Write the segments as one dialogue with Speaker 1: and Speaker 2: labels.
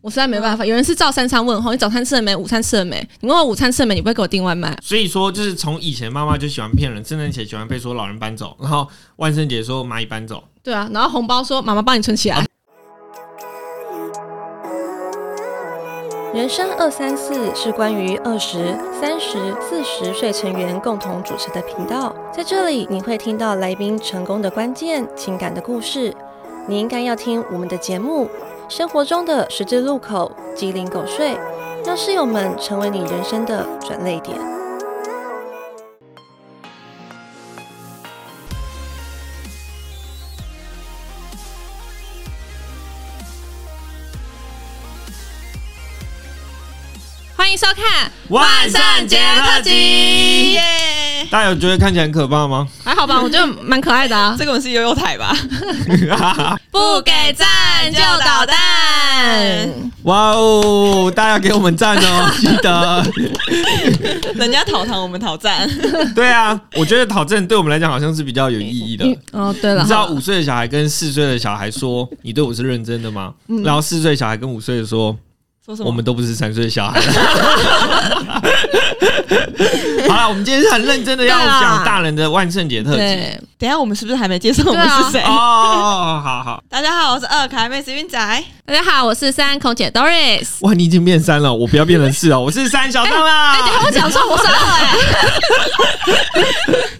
Speaker 1: 我实在没办法。有人是照三餐问候，你早餐吃了没？午餐吃了没？你问我午餐吃了没？你不会给我订外卖？
Speaker 2: 所以说，就是从以前妈妈就喜欢骗人，圣诞节喜欢被说老人搬走，然后万圣节说蚂蚁搬走。
Speaker 1: 对啊，然后红包说妈妈帮你存起来。
Speaker 3: 人生二三四是关于二十三十四十岁成员共同主持的频道，在这里你会听到来宾成功的关键、情感的故事。你应该要听我们的节目，生活中的十字路口、鸡零狗碎，让室友们成为你人生的转泪点。
Speaker 1: 欢迎收看
Speaker 2: 万圣节特辑
Speaker 1: 耶！
Speaker 2: 大家有觉得看起来很可怕吗？
Speaker 1: 还好吧，我觉得蛮可爱的啊。
Speaker 4: 这个我们是悠悠台吧？
Speaker 1: 不给赞就捣蛋。
Speaker 2: 哇哦，大家给我们赞哦，记得。
Speaker 4: 人家讨糖，我们讨赞。
Speaker 2: 对啊，我觉得讨证对我们来讲好像是比较有意义的。
Speaker 1: 嗯哦，对了
Speaker 2: 你知，道五岁的小孩跟四岁的小孩说：“你对我是认真的吗？”然后四岁小孩跟五岁的说：“
Speaker 4: 说什么？
Speaker 2: 我们都不是三岁的小孩。” 好了，我们今天是很认真的要
Speaker 1: 对啊
Speaker 2: 讲大人的万圣节特辑。
Speaker 1: 对，
Speaker 4: 等一下我们是不是还没介绍我
Speaker 1: 对啊
Speaker 4: 们是谁？
Speaker 2: 哦，好好，
Speaker 4: 大家好，我是二凯妹子运仔。
Speaker 1: 大家好，我是三空姐 Doris。
Speaker 2: 哇，你已经变三了，我不要变成四哦，我是三小张
Speaker 1: 哎，等一
Speaker 2: 啦。
Speaker 1: 下我讲错，我是二哎，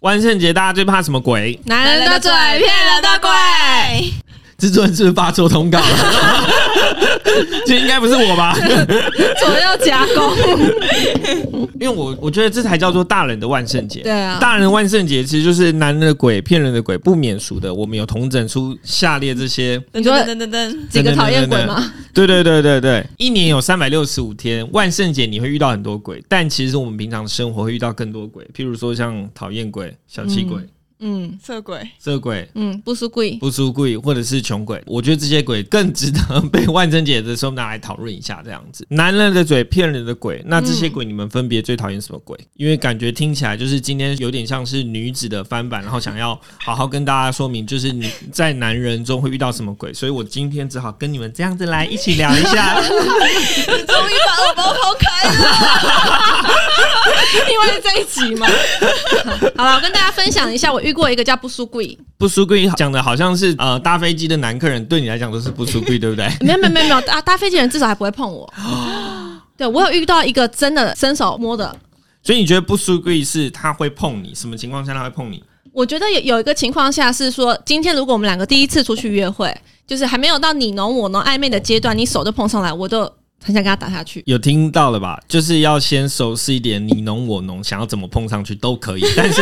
Speaker 2: 万圣节大家最怕什么鬼？
Speaker 1: 男人的嘴，骗人的鬼。
Speaker 2: 制作人是不是发错通告了？ 这应该不是我吧？
Speaker 1: 左右夹 攻。
Speaker 2: 因为我我觉得这才叫做大人的万圣节。
Speaker 1: 对啊
Speaker 2: 大人的万圣节其实就是男人的鬼、骗人的鬼，不免俗的。我们有统整出下列这些。
Speaker 4: 噔
Speaker 1: 说
Speaker 4: 噔噔噔噔，
Speaker 1: 几个讨厌 鬼吗？
Speaker 2: 对对对对对，一年有三百六十五天，万圣节你会遇到很多鬼，但其实我们平常生活会遇到更多鬼，譬如说像讨厌鬼、小气鬼、
Speaker 1: 嗯
Speaker 4: 色鬼，
Speaker 2: 色鬼、
Speaker 1: 嗯，不输贵。
Speaker 2: 不出柜或者是穷鬼，我觉得这些鬼更值得 被万圣节的时候拿来讨论一下。这样子，男人的嘴骗人的鬼，那这些鬼你们分别最讨厌什么鬼？因为感觉听起来就是今天有点像是女子的翻版，然后想要好好跟大家说明，就是你在男人中会遇到什么鬼，所以我今天只好跟你们这样子来一起聊一下。
Speaker 4: 终于把我包抛开了。
Speaker 1: 因为这一集嘛，好了，我跟大家分享一下，我遇过一个叫不输贵，
Speaker 2: 不输柜讲的好像是呃搭飞机的男客人，对你来讲都是不输柜，对不对？
Speaker 1: 没有没有没有没有啊，搭飞机的人至少还不会碰我。 对我有遇到一个真的伸手摸的，
Speaker 2: 所以你觉得不输柜是他会碰你，什么情况下他会碰你？
Speaker 1: 我觉得有有一个情况下是说，今天如果我们两个第一次出去约会，就是还没有到你侬我侬暧昧的阶段，你手就碰上来，我就很想跟他打下去。
Speaker 2: 有听到了吧？就是要先熟悉一点，你侬我侬，想要怎么碰上去都可以， 但是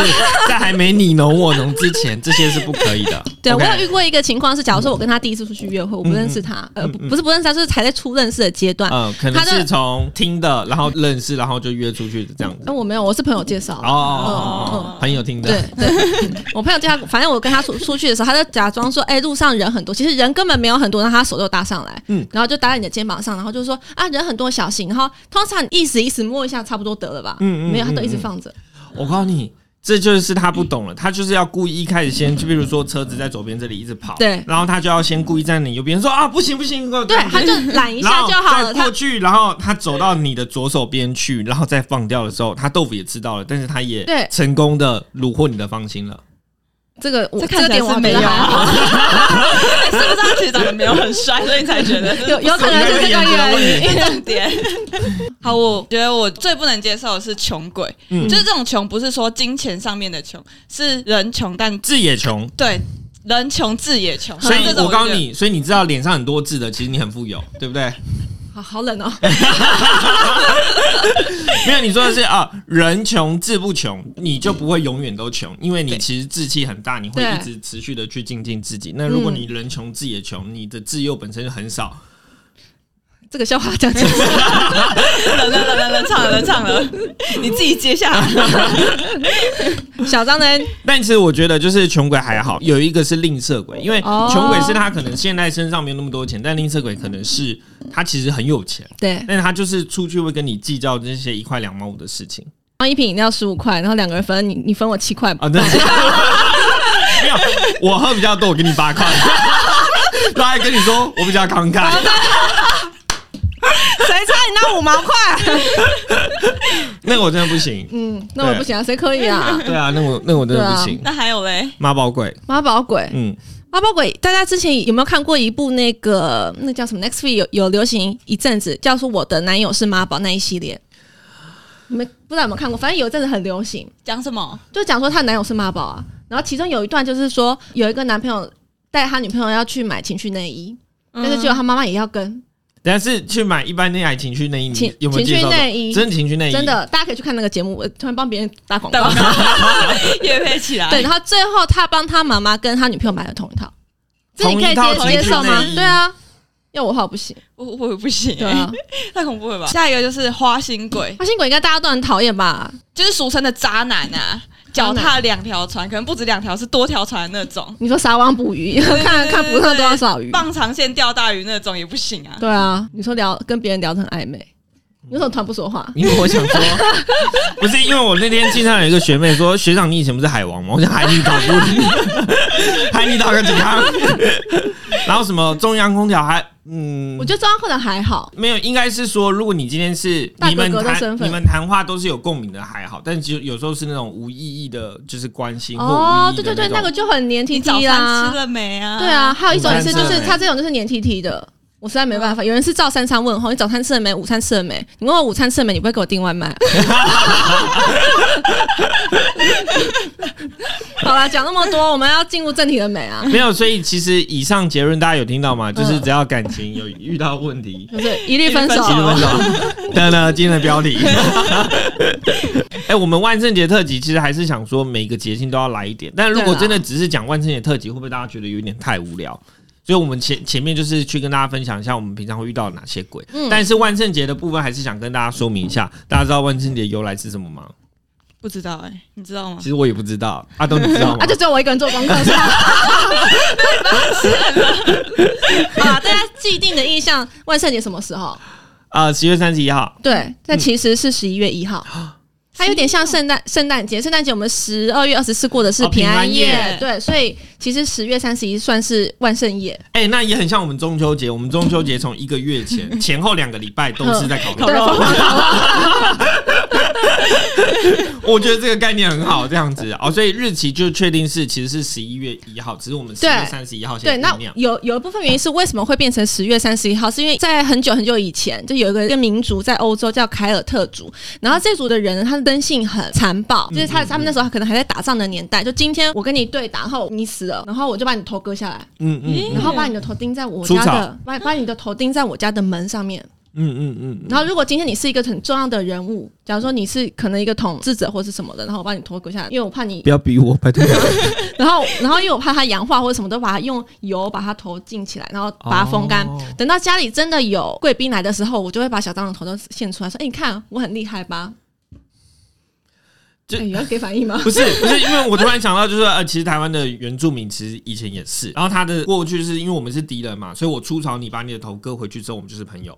Speaker 2: 在还没你侬我侬之前，这些是不可以的。
Speaker 1: 对
Speaker 2: OK
Speaker 1: 我有遇过一个情况是，假如说我跟他第一次出去约会，我不认识他，呃，不不是不认识他，就是还在初认识的阶段。
Speaker 2: 嗯，可能
Speaker 1: 他的
Speaker 2: 是从听的，然后认识，然后就约出去的这样子。
Speaker 1: 哎那、我没有，我是朋友介绍。
Speaker 2: 哦哦，
Speaker 1: 嗯嗯
Speaker 2: 哦朋友听
Speaker 1: 对
Speaker 2: 的，
Speaker 1: 对， 我朋友叫他，反正我跟他出出去的时候，他就假装说：“哎、路上人很多，其实人根本没有很多。”让他手就搭上来，
Speaker 2: 嗯
Speaker 1: 然后就搭在你的肩膀上，然后就说：“啊，人很多，小心。”然后通常一时一时摸一下，差不多得了吧？
Speaker 2: 嗯嗯
Speaker 1: 没有，他都
Speaker 2: 嗯
Speaker 1: 一直
Speaker 2: 嗯
Speaker 1: 放着。
Speaker 2: 我告诉你。这就是他不懂了，他就是要故意一开始先，就比如说车子在左边这里一直跑，
Speaker 1: 对
Speaker 2: 然后他就要先故意在你右边说啊不行不行，给我
Speaker 1: 对，他就 懒一下就好了。
Speaker 2: 然后再
Speaker 1: 他
Speaker 2: 过去，然后他走到你的左手边去，然后再放掉的时候，他豆腐也吃到了，但是他也
Speaker 1: 对
Speaker 2: 成功的虏获你的芳心了。
Speaker 1: 这个我
Speaker 4: 这
Speaker 1: 这
Speaker 4: 看
Speaker 1: 个
Speaker 4: 起来
Speaker 1: 点
Speaker 4: 是
Speaker 1: 我
Speaker 4: 没
Speaker 1: 觉
Speaker 4: 有
Speaker 1: 得还好，
Speaker 4: 啊，是不是他其实长得没有很帅，所以你才觉得
Speaker 1: 有有可能是这个 原因。
Speaker 4: 重点。好，我觉得我最不能接受的是穷鬼，
Speaker 2: 嗯
Speaker 4: 就是这种穷，不是说金钱上面的穷，是人穷，但
Speaker 2: 字也穷，
Speaker 4: 对人穷志也穷。
Speaker 2: 所以
Speaker 4: 这种
Speaker 2: 我告诉
Speaker 4: 觉得，
Speaker 2: 你，所以你知道脸上很多痣的，其实你很富有，对不 对？
Speaker 1: 好好冷哦。
Speaker 2: 没有，你说的是啊，人穷志不穷，你就不会永远都穷，因为你
Speaker 4: 对
Speaker 2: 其实志气很大，你会
Speaker 1: 对嗯
Speaker 2: 一直持续的去精进自己。那如果你人穷志也穷，你的志又本身就很少，
Speaker 1: 这个笑话讲清楚。
Speaker 4: 冷了冷了冷场了冷场了， 你自己接下来。
Speaker 1: 小张呢？
Speaker 2: 但其实我觉得，就是穷鬼还好，有一个是吝啬鬼，因为
Speaker 1: 哦
Speaker 2: 穷鬼是他可能现在身上没有那么多钱，但吝啬鬼可能是他其实很有钱，
Speaker 1: 对，然
Speaker 2: 但他就是出去会跟你计较这些一块两毛五的事情
Speaker 1: 后一瓶饮料十五块，然后两个人分，你你分我七块吧。
Speaker 2: 啊。对，没有，我喝比 较
Speaker 1: 哦
Speaker 2: 多，我给你八块，他还跟你说我比较慷慨。
Speaker 1: 差你那五毛块？
Speaker 2: 那个我真的不行。
Speaker 1: 嗯，啊那我不行啊，谁可以啊？
Speaker 2: 对啊，那我那我真的不行。
Speaker 4: 那还有嘞，
Speaker 2: 妈宝鬼，
Speaker 1: 妈宝鬼，
Speaker 2: 嗯，
Speaker 1: 妈宝鬼，大家之前有没有看过一部那个那叫什么 Next Week 有有流行一阵子，叫做《我的男友是妈宝》那一系列？你们不知道有没有看过？反正有一阵子很流行，
Speaker 4: 讲什么？
Speaker 1: 就讲说她男友是妈宝啊。然后其中有一段就是说，有一个男朋友带他女朋友要去买情趣内衣，
Speaker 2: 嗯
Speaker 1: 但是结果他妈妈也要跟，
Speaker 2: 但是去买一般内爱情趣内衣，
Speaker 1: 情
Speaker 2: 你有没有介绍过
Speaker 1: 情趣内衣
Speaker 2: 真的情趣内衣，
Speaker 1: 真的，大家可以去看那个节目。我突然帮别人打广
Speaker 4: 对
Speaker 1: 告
Speaker 4: 吧，？ 也配起来，
Speaker 1: 对，然后最后他帮他妈妈跟他女朋友买了同一套，这你可以
Speaker 2: 同一套
Speaker 1: 接接受吗
Speaker 2: 情趣内？衣
Speaker 1: 对啊，要我的话不行。
Speaker 4: 我我也不行、欸
Speaker 1: 对啊，
Speaker 4: 太恐怖了吧？下一个就是花心鬼，
Speaker 1: 花心鬼应该大家都很讨厌吧？
Speaker 4: 就是俗称的渣男啊，脚踏两条船，可能不止两条，是多条船的那种，
Speaker 1: 你说撒网捕鱼， 看看捕上多少鱼？
Speaker 4: 放长线钓大鱼那种也不行啊。
Speaker 1: 对啊，你说聊跟别人聊得很暧昧，你为什么突然不说话？
Speaker 2: 因为我想说， 不是因为我那天经常有一个学妹说，学长你以前不是海王吗？我想海你搞不定， 海你打个几趟，然后什么中央空调还嗯
Speaker 1: 我，觉得中央课堂还好，
Speaker 2: 没有，应该是说，如果你今天是
Speaker 1: 大
Speaker 2: 你们
Speaker 1: 哥哥的
Speaker 2: 谈
Speaker 1: 身份
Speaker 2: 你们谈话都是有共鸣的还好，但就有时候是那种无意义的，就是关心或
Speaker 1: 哦
Speaker 2: 无，意义
Speaker 1: 对
Speaker 2: 的
Speaker 1: 对对，那
Speaker 2: 那
Speaker 1: 个
Speaker 2: 种
Speaker 1: 就很黏 T
Speaker 4: 你早
Speaker 1: T
Speaker 4: 餐吃
Speaker 1: 啦，
Speaker 4: 了没啊？
Speaker 1: 对啊，，还有一种也是，就
Speaker 2: 午餐吃
Speaker 1: 是
Speaker 2: 了没
Speaker 1: 他这种就是黏 T T 的，我实在没办法。有人是照三餐问候，你早餐吃了没？午餐吃了没？你问我午餐吃了没？你不会给我订外卖？啊 好啦，讲那么多，我们要进入正题了没啊？
Speaker 2: 没有，所以其实以上结论大家有听到吗？
Speaker 1: 嗯
Speaker 2: 就是只要感情有遇到问题，
Speaker 1: 就是一律分手，
Speaker 4: 一律分
Speaker 2: 分手。 当然，今天的标 题。哎、我们万圣节特辑其实还是想说每个节庆都要来一点，但如
Speaker 1: 对
Speaker 2: 果
Speaker 1: 啦
Speaker 2: 真的只是讲万圣节特辑，会不会大家觉得有点太无聊？所以，我们前前面就是去跟大家分享一下我们平常会遇到哪些鬼。
Speaker 1: 嗯
Speaker 2: 但是万圣节的部分还是想跟大家说明一下，大家知道万圣节由来是什么吗？
Speaker 4: 不知道哎、你知道吗
Speaker 2: 嗯其？实我也不知道，阿东你知 道吗
Speaker 1: 啊，？就只有我一个人做功课是 吧？啊，大家既定的印象，万圣节什么时候？
Speaker 2: 啊，十、月三十一号，
Speaker 1: 对，嗯但其实是十一月一号。它有点像圣诞圣诞节，圣诞节我们十二月二十四过的是
Speaker 2: 哦平安
Speaker 1: 安夜，
Speaker 4: 夜
Speaker 1: 对，所以其实十月三十一算是万圣夜，
Speaker 2: 哎、那也很像我们中秋节。我们中秋节从一个月 前前后两个礼拜都是在 烤肉
Speaker 1: 对，，疯 狂烤肉
Speaker 2: 我觉得这个概念很好，这样子哦，所以日期就确定是其实是十一月一号，只是我们十
Speaker 1: 对
Speaker 2: 月三十一号
Speaker 1: 对，
Speaker 2: 先
Speaker 1: 那
Speaker 2: 酝酿。
Speaker 1: 有有一部分原因是为什么会变成十月三十一号，是因为在很久很久以前，就有一个一个民族在欧洲叫凯尔特族，然后这族的人呢他的根性很残暴，就是他他们那时候可能还在打仗的年代，就今天我跟你对打，然后你死了，然后我就把你头割下来，
Speaker 2: 嗯嗯
Speaker 4: 咦
Speaker 1: 然后把你的头钉在我
Speaker 2: 除
Speaker 1: 家
Speaker 2: 草
Speaker 1: 的，把把你的头钉在我家的门上面。
Speaker 2: 嗯嗯嗯嗯，
Speaker 1: 然后，如果今天你是一个很重要的人物，假如说你是可能一个统治者或是什么的，然后我把你头割下来，因为我怕你
Speaker 2: 不，要逼我，拜托。
Speaker 1: 然后，然后因为我怕它氧化或者什么，都把它用油把它头浸起来，然后把它风干。
Speaker 2: 哦
Speaker 1: 等到家里真的有贵宾来的时候，我就会把小蟑螂头都献出来，说：“哎，你看我很厉害吧？”
Speaker 2: 这
Speaker 1: 哎有要给反应 吗？
Speaker 2: 不是不是，因为我突然想到，就是呃，其实台湾的原住民其实以前也是，然后他的过去是因为我们是敌人嘛，所以我出草你把你的头割回去之后，我们就是朋友。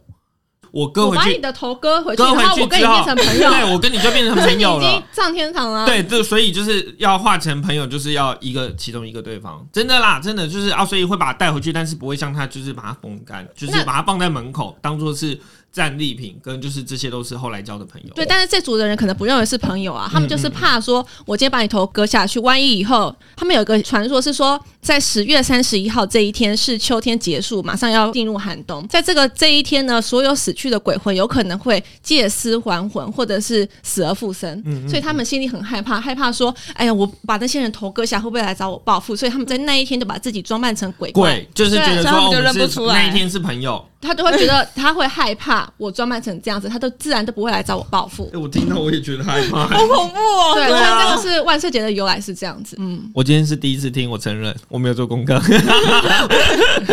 Speaker 2: 我割
Speaker 1: 我
Speaker 2: 回
Speaker 1: 把你
Speaker 2: 去，
Speaker 1: 的头割回去，
Speaker 2: 割回
Speaker 1: 然后
Speaker 2: 去
Speaker 1: 我跟
Speaker 2: 之
Speaker 1: 你
Speaker 2: 后
Speaker 1: 变，成朋 友，
Speaker 2: 对我跟你就变成
Speaker 1: 就是
Speaker 2: 朋
Speaker 1: 你
Speaker 2: 友
Speaker 1: 已
Speaker 2: 了
Speaker 1: 经。上天堂了。
Speaker 2: 对，这所以就是要化成朋友，就是要一个其中一个对方，真的啦，真的就是啊，所以会把它带回去，但是不会像他就是把它风干，就是
Speaker 1: 那
Speaker 2: 把它放在门口当做是战利品，跟就是这些都是后来交的朋友。
Speaker 1: 对，但是这组的人可能不认为是朋友啊，他们就是怕说，我今天把你头割下去，万一以后他们有一个传说是说，在十月三十一号这一天是秋天结束，马上要进入寒冬，在这个这一天呢，所有死去的鬼魂有可能会借尸还魂，或者是死而复生，所以他们心里很害怕，害怕说，哎呀，我把那些人头割下，会不会来找我报复？所以他们在那一天就把自己装扮成鬼怪，
Speaker 2: 鬼就是觉得
Speaker 4: 对所以他
Speaker 2: 说哦
Speaker 4: 们
Speaker 2: 我
Speaker 4: 就
Speaker 2: 们
Speaker 4: 认不
Speaker 2: 是
Speaker 4: 出来
Speaker 2: 那一天是朋友。
Speaker 1: 他都会觉得他会害怕我装扮成这样子，他都自然都不会来找我报复。
Speaker 2: 哎，我听到我也觉得害 怕。
Speaker 4: 好恐怖哦！
Speaker 1: 对，所
Speaker 2: 对
Speaker 1: 以
Speaker 2: 啊
Speaker 1: 这个是万圣节的由来是这样子。嗯，
Speaker 2: 我今天是第一次听，我承认我没有做功 课。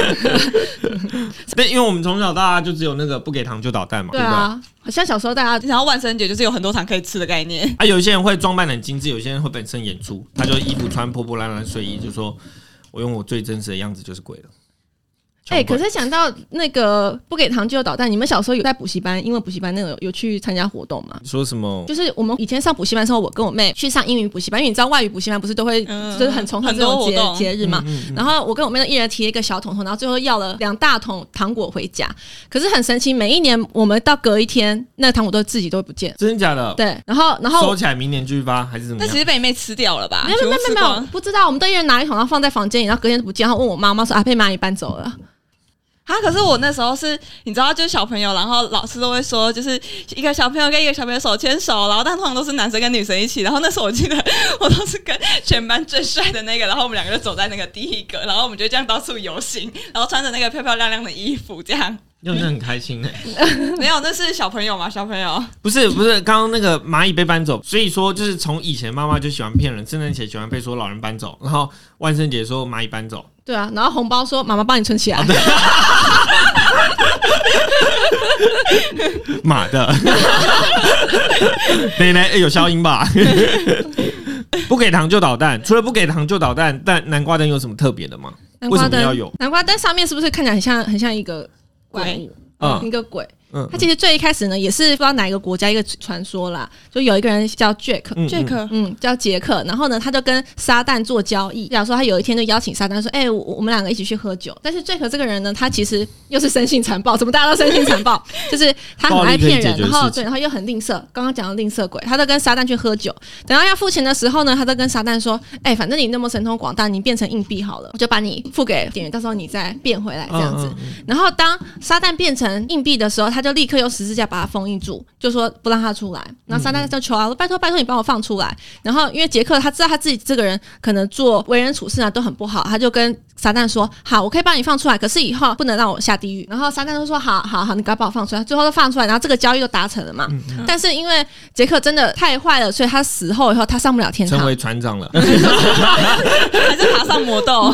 Speaker 2: 对，因为我们从小到大就只有那个不给糖就捣蛋嘛，
Speaker 1: 对
Speaker 2: 不对？
Speaker 1: 啊，好像小时候大家
Speaker 4: 然后万圣节就是有很多糖可以吃的概念，
Speaker 2: 啊，有一些人会装扮得很精致，有些人会本身演出，他就衣服穿破破烂烂睡衣，就说我用我最真实的样子就是鬼了。
Speaker 1: 哎、
Speaker 2: 穷鬼
Speaker 1: 可是想到那个不给糖就有捣蛋，你们小时候有在补习班，因为补习班那种有有去参加活动吗？
Speaker 2: 说什么？
Speaker 1: 就是我们以前上补习班的时候，我跟我妹去上英语补习班，因为你知道外语补习班不是都会
Speaker 4: 嗯
Speaker 1: 就是很崇尚这
Speaker 4: 很
Speaker 1: 种
Speaker 4: 多活
Speaker 1: 节
Speaker 4: 动
Speaker 1: 节日嘛。
Speaker 2: 嗯嗯
Speaker 1: 然后我跟我妹一人提了一个小桶桶，然后最后要了两大桶糖果回家。可是很神奇，每一年我们到隔一天，那个糖果都自己都会不见。
Speaker 2: 真的假的？
Speaker 1: 对，然后然后
Speaker 2: 收起来，明年继续发还是怎么
Speaker 4: 那其
Speaker 2: 样？
Speaker 4: 实被你妹吃掉了
Speaker 1: 啊
Speaker 4: 吧？
Speaker 1: 没有没有
Speaker 4: 全部吃
Speaker 1: 没有没有，
Speaker 4: 光
Speaker 1: 不知道，我们都一人拿一桶，然后放在房间里，然后隔天就不见。然后问我妈，我妈说啊，被蚂蚁搬走了。
Speaker 4: 啊！可是我那时候是，你知道，就是小朋友，然后老师都会说，就是一个小朋友跟一个小朋友手牵手，然后但通常都是男生跟女生一起。然后那时候我记得， 我都是跟全班最帅的那个，然后我们两个就走在那个第一个，然后我们就这样到处游行，然后穿着那个漂漂亮亮的衣服，这样。
Speaker 2: 要是很开心呢、
Speaker 4: 没有，那是小朋友嘛，小朋友。
Speaker 2: 不是不是，刚刚那个蚂蚁被搬走，所以说就是从以前妈妈就喜欢骗人，圣诞节喜欢被说老人搬走，然后万圣节说蚂蚁搬走，
Speaker 1: 对啊，然后红包说妈妈帮你存起来。
Speaker 2: 啊妈的， 奶奶、欸有消音吧？ 不给糖就捣蛋，除了不给糖就捣蛋，但南瓜灯有什么特别的吗？
Speaker 1: 南瓜
Speaker 2: 为什么
Speaker 1: 灯
Speaker 2: 要有
Speaker 1: 南瓜灯上面是不是看起来很像很像一个
Speaker 4: 鬼
Speaker 1: 鬼？
Speaker 2: 嗯
Speaker 1: 一个鬼。
Speaker 2: 嗯
Speaker 1: 它，其实最一开始呢，也是不知道哪一个国家一个传说啦，就有一个人叫 Jack，
Speaker 2: 嗯
Speaker 4: 这个
Speaker 1: 嗯，叫杰克。然后呢，他就跟撒旦做交易，假如说他有一天就邀请撒旦说：“哎、我我们两个一起去喝酒。”但是 Jack 这个人呢，他其实又是生性残暴，怎么大家都生性残暴？ 就是他很爱骗人，
Speaker 2: 暴力可以解决
Speaker 1: 然后
Speaker 2: 事情
Speaker 1: 对，然后又很吝啬。刚刚讲的吝啬鬼，他在跟撒旦去喝酒，等到要付钱的时候呢，他就跟撒旦说：“哎、反正你那么神通广大，你变成硬币好了，我就把你付给店员，到时候你再变回来这样子。
Speaker 2: 嗯嗯
Speaker 1: 然后当撒旦变成硬币的时候，他就立刻用十字架把它封印住，就说不让他出来。然后撒旦就求啊，说拜托拜托你帮我放出来。然后因为杰克他知道他自己这个人可能做为人处事啊都很不好，他就跟撒旦说好，我可以帮你放出来，可是以后不能让我下地狱。然后撒旦就说好好好，你赶快把我放出来。最后都放出来，然后这个交易就达成了嘛。
Speaker 2: 嗯
Speaker 1: 但是因为杰克真的太坏了，所以他死后以后他上不了天堂
Speaker 2: 成，为 船长了，嗯
Speaker 4: 还是爬上魔 豆，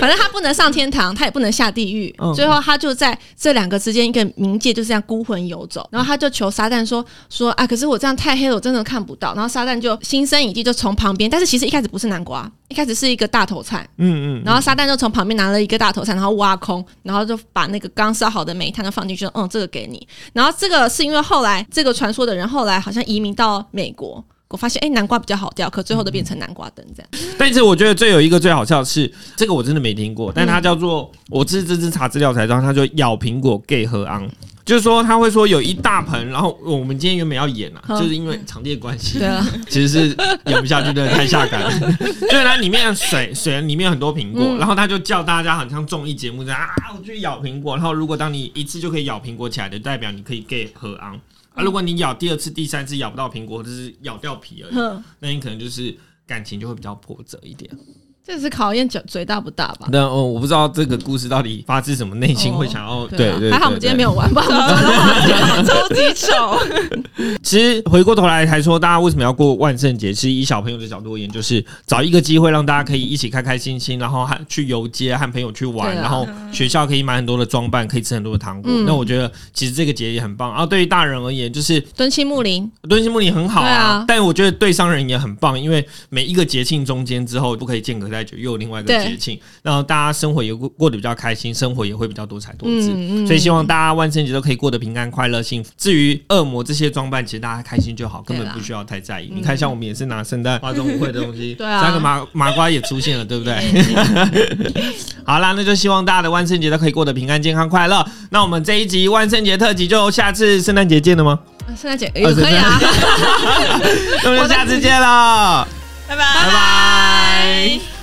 Speaker 1: 反正他不能上天堂，他也不能下地狱，
Speaker 2: 嗯
Speaker 1: 最后他就在这两个之间一个冥界就这样孤魂游走。然后他就求撒旦说说啊，可是我这样太黑了，我真的看不到。然后撒旦就心生一计，就从旁边，但是其实一开始不是南瓜，一开始是一个大头菜。
Speaker 2: 嗯嗯，
Speaker 1: 然后撒旦就从旁边拿了一个大头菜，然后挖空，然后就把那个刚烧好的煤炭就放进去，说嗯，这个给你。然后这个是因为后来这个传说的人后来好像移民到美国。我发现，哎、南瓜比较好钓，可最后都变成南瓜灯这样。
Speaker 2: 但是我觉得最有一个最好笑的是，这个我真的没听过，但它叫做，我这这次查资料才知道，它叫咬苹果 gay 和昂。就是说，他会说有一大盆，然后我们今天原本要演啊，
Speaker 1: 嗯
Speaker 2: 就是因为场地的关系
Speaker 1: 对，啊，
Speaker 2: 其实是演不下去，真的太下感了。 所以它里面水水里面很多苹果，
Speaker 1: 嗯
Speaker 2: 然后他就叫大家好像综艺节目这样啊，我去咬苹果。然后如果当你一次就可以咬苹果起来的，代表你可以 gay 和昂。啊，如果你咬第二次、第三次咬不到苹果，就是咬掉皮而已，
Speaker 1: 哼
Speaker 2: 那你可能就是感情就会比较波折一点。
Speaker 1: 这是考验嘴嘴大不大吧？
Speaker 2: 那哦，我不知道这个故事到底发自什么内心，
Speaker 1: 哦
Speaker 2: 会想要
Speaker 1: 啊还好我们今天没
Speaker 2: 有。
Speaker 1: 有玩，不然 我们真的
Speaker 4: 超级丑。
Speaker 2: 其实回过头来才说，大家为什么要过万圣节？其实以小朋友的角度而言，就是找一个机会让大家可以一起开开心心，然后还去游街，和朋友去玩，
Speaker 1: 对啊
Speaker 2: 然后学校可以买很多的装扮，可以吃很多的糖果。
Speaker 1: 嗯
Speaker 2: 那我觉得其实这个节也很棒。然后啊对于大人而言，就是
Speaker 1: 敦亲睦邻，
Speaker 2: 敦亲睦邻很好啊，
Speaker 1: 对啊
Speaker 2: 但我觉得对商人也很棒，因为每一个节庆中间之后不可以间隔太久，又有另外一个
Speaker 1: 对
Speaker 2: 节庆，然后大家生活也过过得比较开心，生活也会比较多彩多姿。
Speaker 1: 嗯嗯
Speaker 2: 所以希望大家万圣节都可以过得平安、快乐、幸福。至于恶魔这些装扮，其实大家开心就好，根
Speaker 1: 对啦嗯
Speaker 2: 本不需要太在意。你看，像我们也是拿圣诞化妆舞会的东 西，
Speaker 1: 对啊
Speaker 2: 三个麻麻瓜也出现了，对不对？ 好啦，那就希望大家的万圣节都可以过得平安、健康、快乐。那我们这一集万圣节特辑就下次圣诞节见了吗？
Speaker 1: 啊圣诞节也
Speaker 2: 二十
Speaker 1: 可以啊。
Speaker 2: 那我们就下次见了，
Speaker 4: 拜拜
Speaker 2: 拜拜。